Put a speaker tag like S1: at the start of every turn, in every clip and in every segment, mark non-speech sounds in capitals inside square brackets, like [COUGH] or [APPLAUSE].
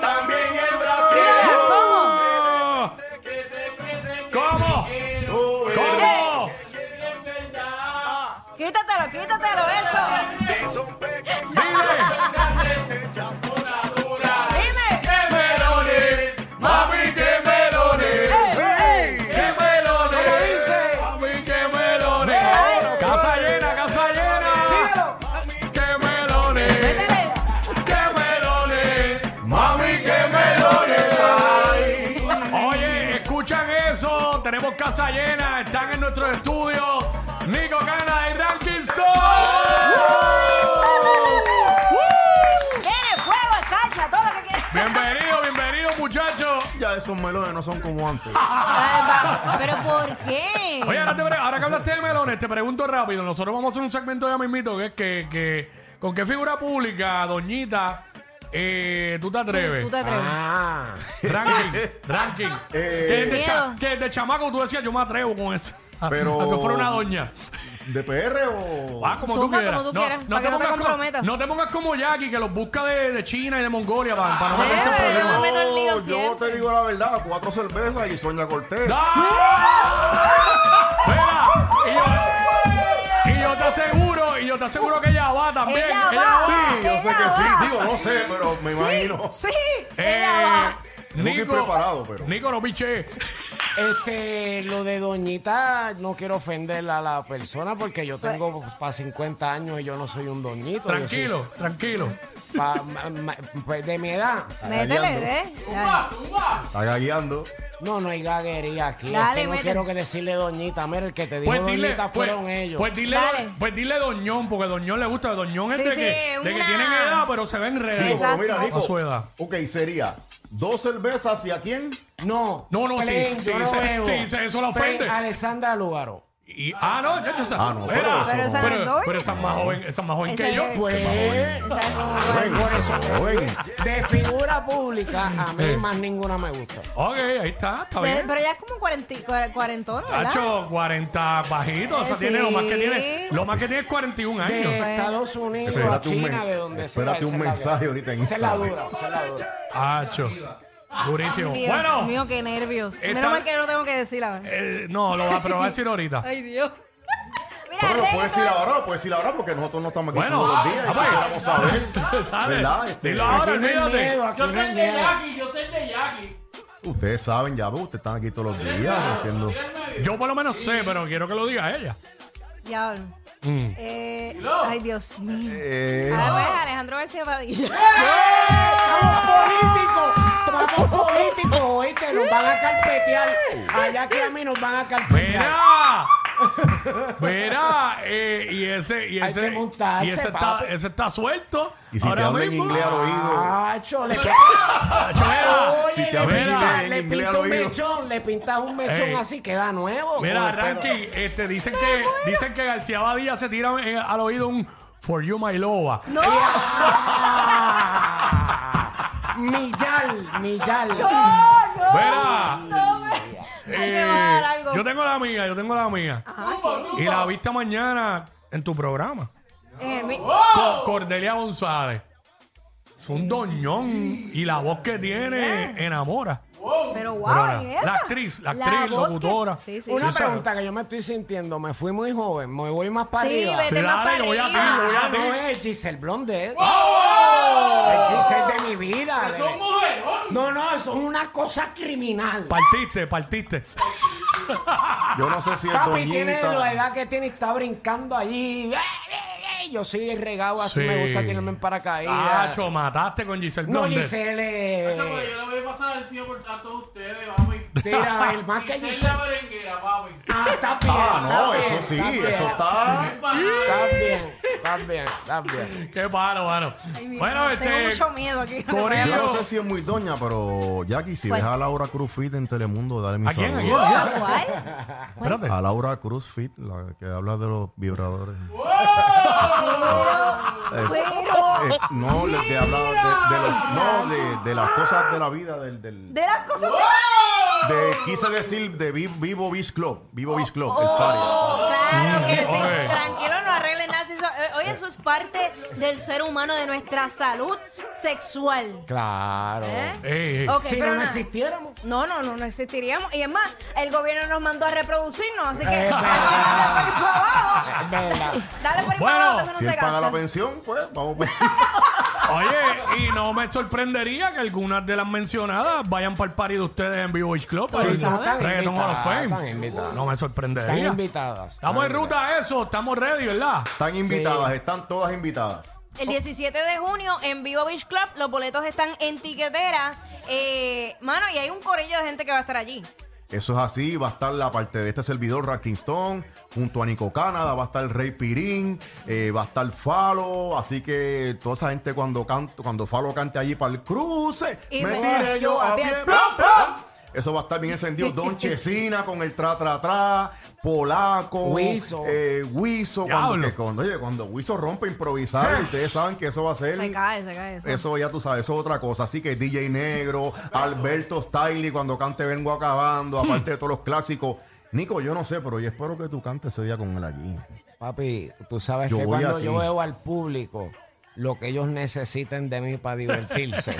S1: también el brasier.
S2: ¿Cómo? ¿Cómo?
S3: Quítatelo, quítatelo, eso.
S1: Si son pequeños,
S2: Dime,
S1: hechas con altura.
S3: Dime.
S2: qué melones, mami, qué melones, qué melones, mami, qué melones. Casa llena, casa llena, qué melones,
S3: Métele.
S2: qué melones, mami, qué melones. Oye, escuchan eso, tenemos casa llena, están en nuestro estudio, Nico Cana y Ranking
S3: Tiene fuego, escarcha, todo lo que quieras.
S2: Bienvenido, bienvenido muchachos.
S1: Ya esos melones no son como antes.
S3: Ay, va. Pero ¿por qué?
S2: Oye, ahora, te pre- ahora que hablaste de melones, te pregunto rápido. Nosotros vamos a hacer un segmento ya mismito que es que, que- con qué figura pública, doñita, eh, tú te atreves.
S3: Tú te atreves.
S1: Ah,
S2: Ranking, ranking. que, de
S3: Sin
S2: cha-
S3: miedo.
S2: que de chamaco tú decías, yo me atrevo con eso. [LAUGHS] A-
S1: Pero-
S2: A que fuera una doña.
S1: ¿De PR o...?
S2: Va, como tú
S3: Zumba
S2: quieras.
S3: como tú quieras, para que no te
S2: pongas
S3: comprometas.
S2: como, no te pongas como Jackie, que los busca de, de China y de Mongolia para, para no meterse en
S3: Eh,
S2: problemas.
S3: yo me meto en lío
S1: No, yo
S3: siempre.
S1: te digo la verdad, cuatro cervezas y Sonia Cortés.
S2: ¡Ah! Mira, y yo, y yo te aseguro, y yo te aseguro que ella va también.
S3: Ella va.
S1: Sí, yo sé que
S3: Ella va.
S1: sí, digo, no sé, pero me imagino.
S3: Sí, ella
S2: Eh,
S3: va.
S1: Tengo que ir preparado, pero-
S2: Nico, no piche.
S4: Este, lo de Doñita, no quiero ofender a la persona porque yo tengo para 50 años y yo no soy un doñito. yo
S2: Pues- Tranquilo, tranquilo.
S4: soy pa- ma- ma- pues de mi edad.
S3: Métele,
S1: gagueando.
S3: ¿eh? Dale.
S1: Está gagueando.
S4: No, no hay gaguería aquí.
S3: Dale,
S4: es que no
S3: mete.
S4: quiero que decirle Doñita. Mira, el que te dijo
S2: Pues dile,
S4: Doñita
S2: pues,
S4: fueron ellos.
S2: pues dile,
S3: Dale.
S2: pues dile Doñón, porque Doñón le gusta. Doñón es
S3: Sí,
S2: de,
S3: sí,
S2: que, de que
S3: una-
S2: tienen edad, pero se ven
S1: Digo,
S2: redes.
S1: pero
S3: Exacto.
S1: mira,
S2: A su edad.
S1: Nico. Ok, sería dos cervezas y a quién?
S4: no,
S2: No, no, sí,
S4: Plain,
S2: sí,
S4: yo no
S2: sí,
S4: bebo.
S2: sí, sí, eso la
S4: Plain,
S2: ofende.
S4: Alessandra Lugaro.
S2: Y- ah, no, ya, ya, esa-
S1: Ah, no, pero
S2: era-
S1: eso Pero
S3: esa no. no es
S2: pero,
S3: doña.
S2: pero esa es más joven, esa es más joven
S3: Esa
S2: que yo.
S3: es-
S4: Pues,
S3: Esa es como-
S1: Ven, ven.
S4: de figura pública, a mí
S2: Eh.
S4: más ninguna me gusta.
S2: Ok, ahí está, está
S3: Pero
S2: bien.
S3: pero ya es como cuarenta- cua- cuarentona, ¿verdad?
S2: Hacho, 40 bajitos, o sea,
S3: Eh,
S2: tiene lo más que
S3: sí.
S2: tiene, lo más que tiene es 41 años.
S4: de Estados Unidos a
S1: Espérate un,
S4: China,
S1: men-
S4: de donde
S1: espérate
S4: sea.
S1: un
S4: esa es la
S1: mensaje
S4: duda.
S1: ahorita en
S4: Esa es la
S1: Instagram.
S4: duda, esa es la duda.
S2: Hacho, durísimo.
S3: Dios
S2: bueno,
S3: mío, qué nervios.
S2: Esta-
S3: Menos mal que no tengo que decir ahora.
S2: eh, no, lo va a probar decir ahorita.
S3: Ay, Dios. [LAUGHS] Mira,
S1: Bueno, lo
S3: arregla
S1: puedes
S3: todo
S1: decir ahora, lo puedes decir ahora porque nosotros no estamos aquí
S2: Bueno,
S1: todos los días y
S2: ah, pues.
S1: quisiéramos saber.
S2: [LAUGHS] Dale,
S1: ¿Verdad? Este,
S2: dilo ahora,
S4: Aquí no hay
S2: olvídate.
S4: miedo, aquí no hay miedo.
S1: Ustedes saben, ya veo, ustedes están aquí todos los días, no entiendo.
S2: Yo por lo menos sé, pero quiero que lo diga ella.
S3: Diablo. Eh, ay, Dios mío.
S1: Mm. Eh,
S3: Ah, pues Alejandro García Padilla.
S4: ¡Estamos políticos! ¡Estamos políticos! Oíste, nos van a carpetear. Allá que a mí nos van a carpetear.
S2: Verá. Verá, eh, y ese, y
S4: Hay
S2: ese,
S4: que montarse,
S2: y ese está,
S4: papi.
S2: ese está suelto.
S1: y si te hablan en inglés al oído,
S4: Ah, chole.
S2: Hacho, verá.
S4: Oye,
S1: si te
S4: le
S1: hablan
S2: en
S4: pintas-
S1: inglés-
S4: le
S1: en inglés al
S4: pintas un
S1: oído.
S4: mechón, le pintas un mechón
S2: Ey.
S4: así, queda nuevo.
S2: Mira,
S4: con el pelo.
S2: Ranky, este, dicen que, dicen que García Badía se tira en- al oído un For You My Loba.
S3: ¡No!
S4: Ah, Millal, Millal.
S2: Verá.
S3: ¡No! me- Hay que
S2: Eh,
S3: bajar algo. Ah,
S2: yo tengo la mía, yo tengo la mía. Y la vista mañana en tu programa.
S3: En el mi-
S2: Co- Cordelia González. Es un doñón. Y la voz que tiene enamora.
S3: Pero
S2: Pero
S3: wow,
S2: la-
S3: ¿y esa?
S2: la actriz, la actriz,
S3: voz que-
S2: locutora.
S3: Sí, sí.
S4: Una
S2: Sí, sabe.
S4: pregunta que yo me estoy sintiendo, me fui muy joven, me voy más para
S3: Sí,
S4: arriba.
S3: vete
S2: Sí,
S3: más
S2: dale,
S3: para
S2: lo voy a
S3: arriba.
S2: abrir, lo voy a
S4: Ah,
S2: abrir.
S4: no es Giselle Blonde. Es Giselle de mi vida. de- No, no, eso es una cosa criminal.
S2: Partiste, partiste.
S1: yo no sé si es
S4: Papi tiene la
S1: doñita.
S4: edad que tiene y está brincando allí. Yo soy el regado, así
S2: Sí.
S4: me gusta tirarme en paracaídas.
S2: Tacho, mataste con Giselle
S4: no,
S2: Blonde.
S4: Giselle.
S5: Yo le voy a pasar el cielo por a todos ustedes, papi.
S4: Tira, el más que
S5: Es
S4: Giselle.
S5: la merenguera, papi.
S4: Ah, está bien.
S1: Ah, no,
S4: está bien,
S1: eso sí,
S4: está bien,
S1: eso está.
S5: Para-
S4: Está bien. También, también.
S2: Qué malo, mano.
S3: Ay, mi
S2: Bueno,
S3: madre, Tengo
S2: este.
S3: mucho miedo aquí.
S2: Corillo.
S1: Yo no sé si es muy doña, pero Jackie, si
S4: Pues
S3: ¿Cuál?
S1: ves a Laura Cruz Fit en Telemundo, dale mi
S2: ¿A quién? ¿A
S1: saludo.
S2: quién?
S3: ¿Cuál?
S2: Espérate.
S1: A Laura Cruz Fit, la que habla de los vibradores. [LAUGHS]
S3: Pero
S1: Eh, no, le- de hablar de, de los- no, de- de las cosas de la vida, del, del-
S3: de las cosas que...
S1: de- quise decir de Vi- Vivo Beach Club, Vivo Beach Club, el party.
S3: Oh, Claro que sí.
S2: Oh. Ok.
S3: Tranquilo, no arreglen nada. Eso- eh, Oye, eso es parte del ser humano, de nuestra salud sexual.
S4: Claro.
S3: ¿Eh?
S2: Ey, ey.
S3: Ok,
S4: Si
S3: pero
S4: no, no
S3: nada.
S4: existiéramos.
S3: No, no, no, no existiríamos. Y es más, el gobierno nos mandó a reproducirnos, así que.
S4: Es
S3: dale por
S4: verdad.
S3: ahí para
S4: Es
S3: abajo.
S4: verdad.
S3: Dale por ahí
S2: Bueno,
S3: para abajo, que eso no
S1: Si
S3: se
S1: él paga la
S3: gasta.
S1: pensión, pues [LAUGHS] vamos.
S2: Oye, y no me sorprendería que algunas de las mencionadas vayan para el party de ustedes en Vivo Beach Club.
S4: Sí,
S2: el
S4: están
S2: Reggaeton Hall of
S4: invitadas,
S2: Fame.
S4: están invitadas.
S2: No me
S4: Están
S2: sorprendería.
S4: invitadas.
S2: Estamos en
S4: Están
S2: ruta a eso, estamos
S1: [LAUGHS]
S2: ready, ¿verdad?
S1: Están invitadas, están todas invitadas.
S3: El 17 de junio en Vivo Beach Club, los boletos están en tiquetera. Eh, mano, y hay un corillo de gente que va a estar allí.
S1: Eso es así, va a estar la parte de este servidor Ranking Stone, junto a Nico Canada, va a estar Rey Pirín, eh, va a estar Falo, así que toda esa gente cuando canto, cuando Falo cante allí para el cruce,
S3: Y
S1: me
S3: me-
S1: tiré yo a
S3: bien,
S1: pie,
S3: plom,
S1: plom, plom. Eso va a estar bien encendido. [LAUGHS] Don Chesina con el tra tra tra, Polaco,
S4: Wiso.
S1: eh, Wiso, cuando,
S2: Diablo.
S1: que cuando, oye, cuando Wiso rompe improvisar, ustedes saben que eso va a ser
S3: Se cae, se cae. Eso.
S1: eso ya tú sabes, eso es otra cosa. Así que DJ Negro, Alberto Stiley, cuando cante Vengo
S4: Hmm.
S1: Acabando, aparte de todos los clásicos. Nico, yo no sé, pero yo espero que tú cantes ese día con él allí.
S4: Papi, tú sabes
S1: Yo
S4: que
S1: voy a
S4: cuando
S1: ti.
S4: yo veo al público lo que ellos necesiten de mí para divertirse,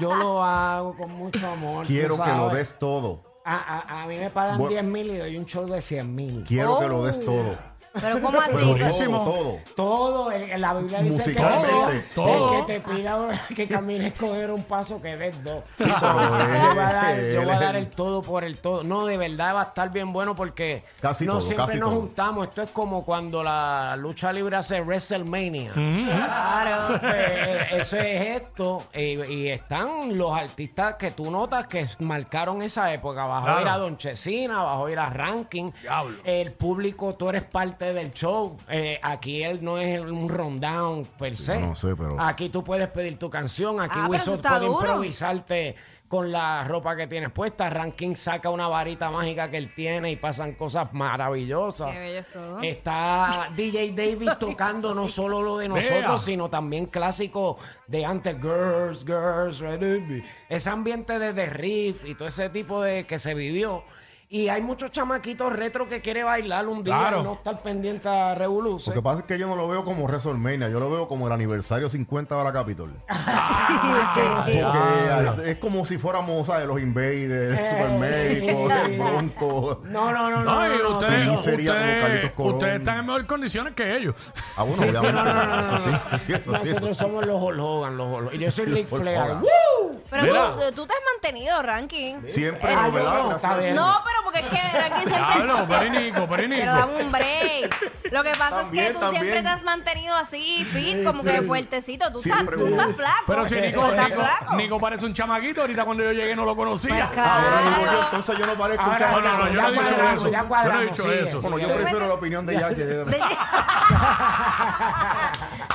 S4: yo lo hago con mucho amor. tú
S1: Quiero que lo
S4: sabes.
S1: des todo.
S4: A, a- a mí me pagan
S1: Bu-
S4: 10 mil y doy un show de 100 mil.
S1: Quiero que lo des
S4: Oh.
S1: todo.
S3: Pero ¿cómo
S4: Ah,
S3: así?
S1: [LAUGHS] Pero
S3: Pero-
S1: todo, todo.
S4: Todo, en la Biblia dice que,
S1: Musicalmente,
S4: el
S2: todo.
S4: que te pida [LAUGHS] que camines con él un paso que des dos.
S1: pero
S4: yo,
S1: él-
S4: voy a dar, yo voy a
S1: [LAUGHS]
S4: dar
S1: él-
S4: el todo por el todo. No, de verdad va a estar bien bueno porque
S1: Casi
S4: no
S1: todo,
S4: siempre
S1: casi
S4: nos
S1: todo.
S4: juntamos. Esto es como cuando la lucha libre hace WrestleMania.
S3: Claro.
S4: [LAUGHS] Pues, eh, eso es esto. Y, y están los artistas que tú notas que marcaron esa época. Vas a
S2: Claro.
S4: ir a Don Chesina, vas a ir a Ranking.
S2: Diablo.
S4: El público, tú eres parte del show. Eh, aquí él no es un rundown per se.
S1: Yo no sé, pero-
S4: Aquí tú puedes pedir tu canción. Aquí
S3: Ah, pero eso
S4: Wizard
S3: está
S4: puede
S3: duro.
S4: improvisarte con la ropa que tienes puesta. Ranking saca una varita mágica que él tiene y pasan cosas maravillosas.
S3: Qué bello es todo. [LAUGHS]
S4: Está DJ Davis tocando no solo lo de nosotros,
S2: Vea.
S4: sino también clásicos de antes, Girls, Girls, Ready. Ese ambiente de The Riff y todo ese tipo de que se vivió. Y hay muchos chamaquitos retro que quiere bailar un día
S2: Claro.
S4: y no estar pendiente a
S1: Lo
S4: Revolución.
S1: que pasa es que yo no lo veo como WrestleMania, yo lo veo como el aniversario 50 de la Capitol. Porque es- es como si fuéramos, ¿sabes? Los Invaders,
S4: Ah. Eh,
S1: Supermédicos,
S4: sí.
S1: el Bronco.
S4: No, no, no, no.
S2: No, y
S4: no, no,
S2: ustedes,
S4: tú no.
S1: sí sería como
S2: ustedes-
S1: Carlitos Colón.
S2: ustedes están en mejores condiciones que ellos.
S1: Ah, bueno,
S4: Sí, sí,
S1: obviamente.
S4: no, no, no, no,
S1: Eso sí,
S4: no.
S1: eso sí, eso sí, eso
S4: Nosotros
S1: sí.
S4: somos los Hulk Hogan, los Hulk- Y yo soy
S1: Los [LAUGHS]
S4: Rick
S1: Hulk
S4: Flair.
S1: Hogan.
S4: ¡Woo!
S3: Pero tú, tú te has mantenido, Eh, ranking.
S1: Siempre,
S4: Ah, yo
S1: ¿verdad?
S4: no,
S1: Gracias
S4: está
S1: a Dios.
S4: bien.
S3: No, pero porque es que ranking siempre.
S2: Diablo, Perinico, Perinico.
S3: Pero dame un break. Lo que pasa es
S1: También,
S3: que tú
S1: también.
S3: siempre te has mantenido así, fit, como que fuertecito. Tú, estás,
S1: Siempre
S3: tú
S1: hubo-
S3: estás flaco.
S2: Pero si
S3: Tú
S2: Nico,
S3: estás
S2: Nico-
S3: flaco. [LAUGHS]
S2: Nico parece un chamaquito, ahorita cuando yo llegué no lo conocía.
S4: Pues
S1: Ahora digo
S3: Claro.
S1: yo, entonces yo no parezco un
S4: Ahora,
S2: No,
S1: cabrón.
S2: no, no, yo
S4: Ya
S2: no he dicho
S4: cuadramos,
S2: eso.
S4: ya
S2: Yo no he
S4: cuadramos,
S2: dicho
S4: sigue,
S2: eso.
S4: sigue.
S1: Bueno, yo prefiero la opinión de Jackie.
S3: De-
S1: Mira,
S3: [LAUGHS]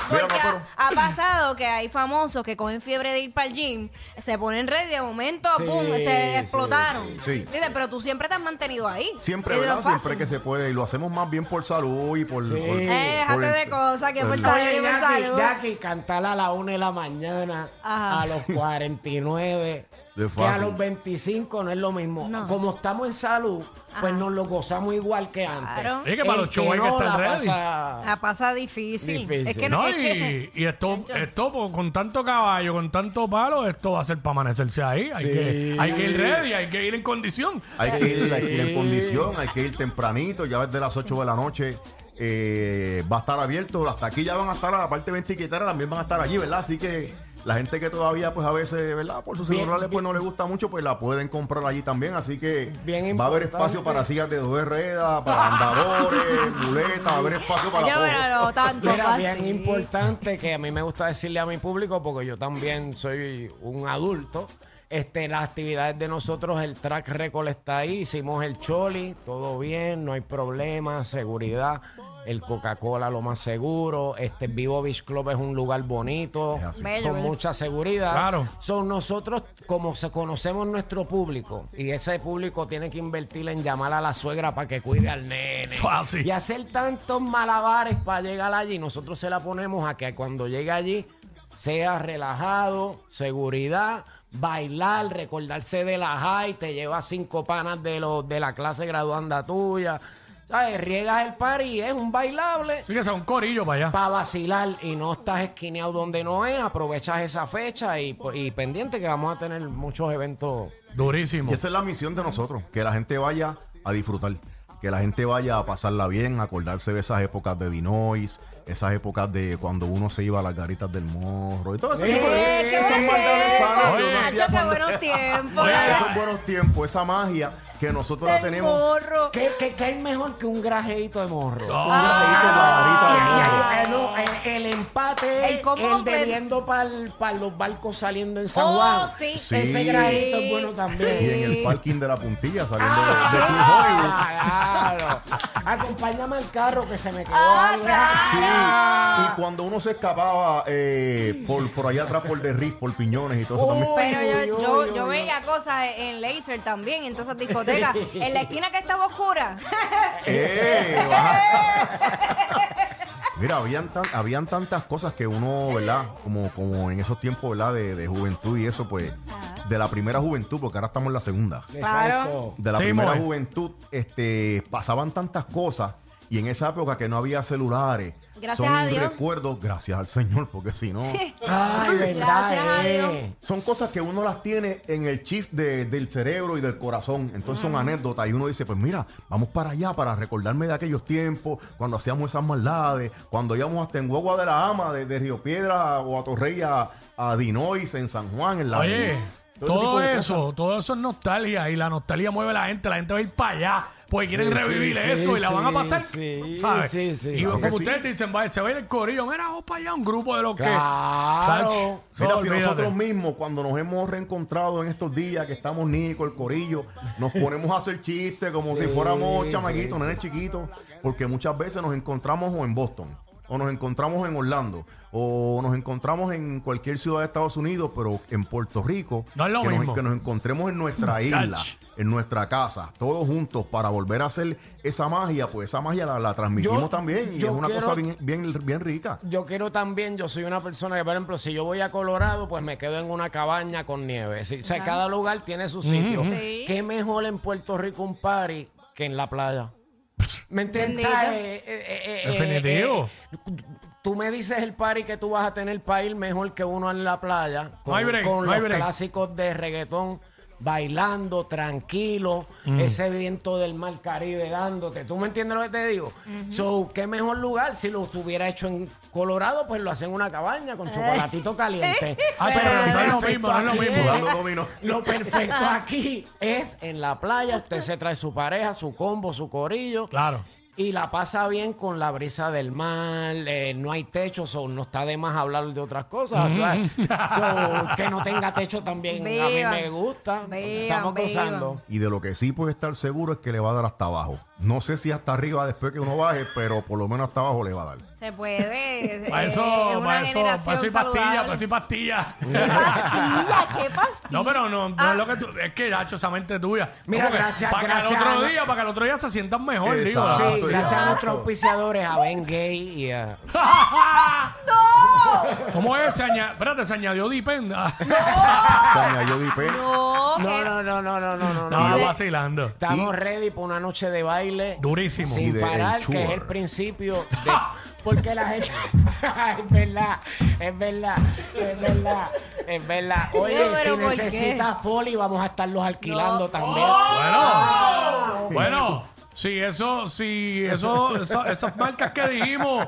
S3: Porque
S1: no, pero-
S3: ha pasado que hay famosos que cogen fiebre de ir para el gym, se ponen red y de momento,
S4: Sí,
S3: ¡pum!,
S4: sí,
S3: se explotaron.
S1: sí.
S3: Dice, pero tú siempre te has mantenido ahí.
S1: Siempre,
S3: Es de lo
S1: ¿verdad? Siempre
S3: fácil.
S1: que se puede. Y lo hacemos más bien por salud y por... por- este,
S4: Eh,
S3: déjate
S1: por-
S3: de cosas, que por
S1: ¿verdad?
S3: salud.
S4: Oye,
S3: Ay, me
S4: Jackie,
S3: salgo.
S4: Jackie, cantar a la 1 de la mañana,
S3: Ajá.
S4: a los 49,
S1: [LAUGHS] De
S4: que a
S1: fácil.
S4: los 25 no es lo mismo.
S3: No.
S4: Como estamos en salud, pues nos lo gozamos igual que antes.
S3: Claro.
S2: Es que para
S4: El
S2: los shows hay que
S4: no
S2: estar
S4: la
S2: ready.
S4: pasa-
S3: La pasa difícil.
S4: Difícil.
S3: Es que no,
S2: No,
S3: es que-
S2: y, y esto, esto pues, con tanto caballo, con tanto palo, esto va a ser para amanecerse ahí. Hay, que, hay que ir ready, hay que ir en condición.
S1: Hay que, ir, hay que ir en condición, hay que ir tempranito, ya desde las 8 de la noche eh, va a estar abierto, las taquillas van a estar a la parte ventiquetera, también van a estar allí, ¿verdad? Así que la gente que todavía, pues a veces, ¿verdad? Por sus
S4: Bien,
S1: celulares, pues no le gusta mucho, pues la pueden comprar allí también, así que
S4: Bien
S1: va a haber
S4: importante.
S1: espacio para sillas de dos ruedas, para andadores, [LAUGHS] muletas, va a haber espacio para
S3: [LAUGHS] Yo,
S1: todo.
S3: pero no tanto
S4: Mira,
S3: fácil.
S4: bien importante que a mí me gusta decirle a mi público, porque yo también soy un adulto. Este, las actividades de nosotros, el track record está ahí, hicimos el choli, todo bien, no hay problema, seguridad. el Coca-Cola lo más seguro, este Vivo Beach Club es un lugar bonito,
S1: Es así.
S3: Bello,
S4: con
S3: bello.
S4: mucha seguridad.
S2: Claro.
S4: Son nosotros, como se conocemos nuestro público, y ese público tiene que invertir en llamar a la suegra para que cuide al nene.
S2: Fácil.
S4: Y hacer tantos malabares para llegar allí. Nosotros se la ponemos a que cuando llegue allí sea relajado, seguridad, bailar, recordarse de la high, te llevas cinco panas de, los de la clase graduanda tuya. ¿Sabes? Riegas el party, es un bailable
S2: Sí, que sea un corillo para allá.
S4: para vacilar y no estás esquineado donde no es. Aprovechas esa fecha y, pues, y pendiente que vamos a tener muchos eventos.
S2: Durísimo.
S1: Y esa es la misión de nosotros, que la gente vaya a disfrutar, que la gente vaya a pasarla bien, a acordarse de esas épocas de Dinois, esas épocas de cuando uno se iba a las garitas del morro y todo eso.
S4: ¡Eh,
S3: ¡Qué
S1: Esas
S3: bueno!
S1: maldades sanas que uno
S3: Nacho,
S1: hacía
S3: ¡Qué
S1: cuando-
S3: buenos tiempos!
S2: Oye,
S1: Esos buenos tiempos, esa magia que nosotros la
S3: Del
S1: tenemos.
S3: morro.
S4: ¿Qué, qué, qué hay mejor que un grajeito de morro?
S1: Un gradito en la garita del morro.
S4: Ah, no, el, el empate
S3: El
S4: el,
S3: combo completo.
S4: de viendo para los barcos saliendo en San Juan.
S3: Oh, sí.
S1: Sí.
S4: Ese grajito es bueno también.
S1: Y en el parking de la puntilla saliendo de,
S4: Ah,
S1: de Club Hollywood.
S4: claro. Acompáñame al carro que se me quedó
S3: Ah,
S4: algo.
S3: claro.
S1: Sí, y cuando uno se escapaba eh, por, por allá atrás, por The Riff, por Piñones y todo eso también.
S3: Pero
S4: Uy,
S3: yo,
S4: uy,
S3: yo,
S4: uy,
S3: yo
S4: uy.
S3: veía cosas en laser también, en todas esas discotecas. En la esquina que estaba oscura.
S1: ¡Eh!
S3: [LAUGHS]
S1: baja. Mira, habían, tan- habían tantas cosas que uno, ¿verdad? Como, como en esos tiempos, ¿verdad? De, de juventud y eso, pues, de la primera juventud, porque ahora estamos en la segunda.
S3: Oh.
S4: Exacto.
S1: De la
S2: Sí,
S1: primera
S2: mujer.
S1: juventud, este, pasaban tantas cosas y en esa época que no había celulares.
S3: Gracias
S1: son
S3: a Dios.
S1: recuerdos, gracias al Señor, porque si no...
S4: Ay, verdad.
S3: Gracias a Dios.
S4: eh.
S1: Son cosas que uno las tiene en el chip de- del cerebro y del corazón. Entonces son anécdotas y uno dice, pues mira, vamos para allá para recordarme de aquellos tiempos, cuando hacíamos esas maldades, cuando íbamos hasta en Guagua de la Ama, de, de Río Piedra o a Torrey a, a Dinois, en San Juan, en la...
S2: Oye,
S1: ese tipo
S2: todo
S1: de cosas.
S2: eso, todo eso es nostalgia y la nostalgia mueve a la gente, la gente va a ir para allá porque quieren
S4: sí,
S2: revivir
S4: sí,
S2: eso y la van a
S4: sí,
S2: pasar.
S4: sí,
S2: ¿sabes?
S4: sí, sí,
S2: y
S4: sí.
S2: como
S1: Claro que
S2: ustedes dicen, va, se va a ir el corillo, mira, vamos para allá, un grupo de los
S4: Claro.
S2: que...
S1: Mira,
S2: Chacho,
S1: si
S2: olvídate.
S1: nosotros mismos, cuando nos hemos reencontrado en estos días que estamos Nico, el Corillo, nos ponemos a hacer chistes como si fuéramos chamaguitos, nenes chiquitos, porque muchas veces nos encontramos o en Boston, o nos encontramos en Orlando, o nos encontramos en cualquier ciudad de Estados Unidos, pero en Puerto Rico,
S2: No es lo
S1: que,
S2: mismo.
S1: Nos, que nos encontremos en nuestra isla, en nuestra casa, todos juntos, para volver a hacer esa magia, pues esa magia la, la transmitimos
S4: Yo-
S1: también y es
S4: yo
S1: una
S4: quiero-
S1: cosa bien, bien, bien rica.
S4: Yo quiero también, yo soy una persona que, por ejemplo, si yo voy a Colorado, pues me quedo en una cabaña con nieve. Sí, O sea, cada lugar tiene su sitio.
S3: Sí.
S4: ¿Qué mejor en Puerto Rico un party que en la playa? ¿Me entiendes? O sea,
S3: Bendito.
S4: eh, eh, eh, eh,
S2: Definitivo.
S4: eh, tú me dices el party que tú vas a tener para ir mejor que uno en la playa. Con,
S2: No hay break,
S4: con
S2: no hay
S4: los
S2: break.
S4: clásicos de reggaetón. Bailando, tranquilo, ese viento del mar Caribe dándote. ¿Tú me entiendes lo que te digo? So, qué mejor lugar si lo hubiera hecho en Colorado, pues lo hacen en una cabaña con chocolatito caliente.
S2: Ah, pero no es lo
S4: perfecto
S2: mismo, no es lo
S4: aquí
S2: mismo.
S4: es-
S1: Jugando dominó.
S4: lo perfecto aquí es en la playa, usted se trae su pareja, su combo, su corillo.
S2: Claro.
S4: Y la pasa bien con la brisa del mar, eh, no hay techo, so, no está de más hablar de otras cosas. ¿sabes? So, que no tenga techo también a mí
S3: Viva.
S4: me gusta.
S3: Viva,
S4: Estamos
S3: viva.
S4: gozando.
S1: Y de lo que sí puede estar seguro es que le va a dar hasta abajo. No sé si hasta arriba después que uno baje, pero por lo menos hasta abajo le va a dar.
S3: Se puede.
S2: Para eso,
S3: eh, es una
S2: para eso, para
S3: generación
S2: eso hay pastillas,
S3: saludable.
S2: para eso hay pastillas.
S3: ¿Qué pastilla? ¿Qué pastilla?
S2: No, pero no, no
S3: Ah.
S2: es lo que tú, es que Nacho, esa mente tuya.
S4: Mira,
S2: Como que
S4: gracias,
S2: Para que
S4: gracias,
S2: el otro
S4: Ana.
S2: día, para que el otro día se sientan mejor, digo.
S1: Exacto.
S4: Sí,
S1: Ah, estoy
S4: gracias a
S1: harto.
S4: nuestros auspiciadores, a Ben Gay y
S1: [LAUGHS]
S4: a...
S3: [LAUGHS]
S2: ¿Cómo es? Se aña- Espérate, se añadió dipenda.
S1: Se añadió DP.
S3: No,
S4: No,
S3: que-
S4: no, no, no, no,
S2: [LAUGHS]
S4: no, no.
S2: No, vacilando.
S4: Estamos ready para una noche de baile.
S2: Durísimo.
S1: Y
S4: Sin
S1: de
S4: parar,
S1: enchur.
S4: que es el principio de... Porque la gente... [LAUGHS] es verdad, es verdad, es verdad, es verdad. Oye,
S3: No,
S4: si
S3: pero ¿por qué? oh.
S4: necesitas folly, vamos a estarlos alquilando también.
S2: Bueno, bueno, si eso, si eso, esa- esas marcas que dijimos,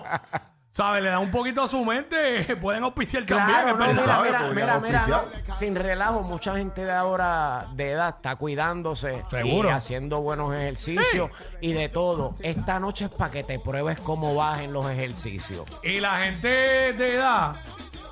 S2: ¿sabes? Le da un poquito a su mente, [LAUGHS] pueden auspiciar
S4: Claro,
S2: también.
S4: no,
S2: es verdad.
S4: mira,
S1: sabe,
S4: mira,
S1: podría
S4: mira, mira,
S1: auspiciar.
S4: no, sin relajo, mucha gente de ahora de edad está cuidándose
S2: Seguro.
S4: y haciendo buenos ejercicios y de todo. Esta noche es para que te pruebes cómo vas en los ejercicios.
S2: Y la gente de edad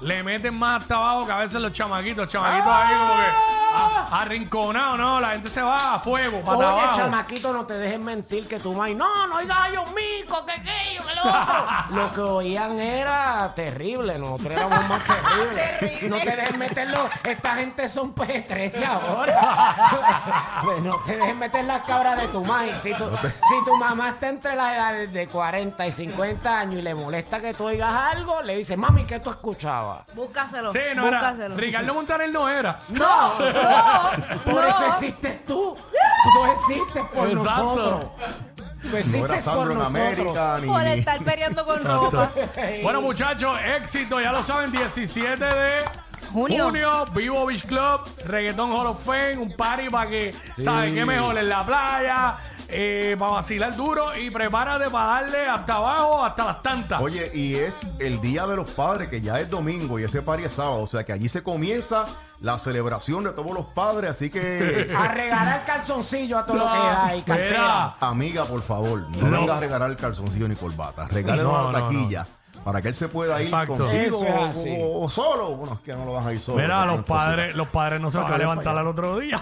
S2: le meten más hasta abajo que a veces los chamaquitos, chamaquitos ahí como que
S3: ¡Ah!
S2: a- arrinconados, no, la gente se va a fuego, para
S4: Oye,
S2: abajo.
S4: chamaquito, no te dejes mentir que tú, mai, no, no oiga, yo mico, que aquello,
S2: [LAUGHS]
S4: que
S3: otro.
S4: Lo que oían era terrible, nosotros éramos más terribles. No te dejes meterlo, esta gente
S2: [LAUGHS]
S4: son P13 ahora. Pues no te dejes meter las cabras de tu madre. Si tu, si tu mamá está entre las edades de 40 y 50 años y le molesta que tú oigas algo, le dices, mami, ¿qué tú escuchabas?
S3: Búscaselo.
S2: Sí, no era.
S3: búscaselo.
S2: Ricardo Montaner no era.
S3: No, no,
S4: [LAUGHS] Por
S3: no.
S4: eso existes tú. Tú existes por
S2: Exacto.
S4: nosotros. Tú
S1: No era
S4: existes por
S1: Sandro en
S4: nosotros.
S1: América ni.
S3: Por
S1: ni-
S3: estar peleando
S1: [LAUGHS]
S3: con ropa.
S2: Bueno, muchachos, éxito, ya lo saben, 17 de junio,
S3: Junio.
S2: Vivo Beach Club, Reggaeton Hall of Fame, un party para que, ¿saben qué mejor? En la playa, eh, para vacilar duro y prepárate para darle hasta abajo, hasta las tantas.
S1: Oye, y es el Día de los Padres, que ya es domingo y ese party es sábado. O sea que allí se comienza la celebración de todos los padres. Así
S4: [LAUGHS]
S1: que,
S4: A regalar calzoncillo a todo lo que
S2: Ah,
S4: da y cartera.
S2: mira.
S1: amiga, por favor, no,
S2: No.
S1: vengas a regalar el calzoncillo ni corbata. Regálelo
S2: No,
S1: a
S2: no,
S1: la taquilla para que él se pueda ir
S2: Exacto.
S1: contigo
S4: Eso es
S1: o-
S4: así.
S1: o, o solo. Bueno, es que no lo vas a ir solo.
S2: Mira,
S1: Porque
S2: los padres, los padres no se
S1: No,
S2: van
S1: te
S2: a
S1: vayas
S2: levantar
S1: para
S2: al otro día.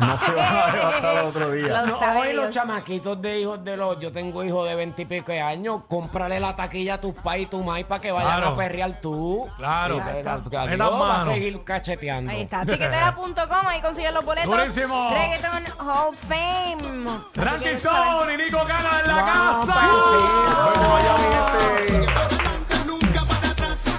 S1: No se van a levantar al otro día.
S3: Los-
S4: No,
S3: sabe
S4: hoy los
S3: Dios.
S4: chamaquitos de hijos de los. Yo tengo hijos de veintipico de años. Cómprale la taquilla a tus pais y tu mai para que vayan
S2: Claro.
S4: a perrear tú.
S2: Claro.
S4: Y le- la-
S2: Metan
S4: adiós, va a
S2: mano.
S4: seguir cacheteando.
S3: Ahí está, tiquetera.com, ahí consiguen los boletos.
S2: Durísimo.
S3: Reggaeton Hall of Fame. Así
S2: Randy
S3: que pues, ya saben.
S2: Stone y Nico Cana en la
S4: Vamos,
S2: casa.
S4: Panchito.
S1: Bueno, Miami, gente.
S6: nunca para atrás,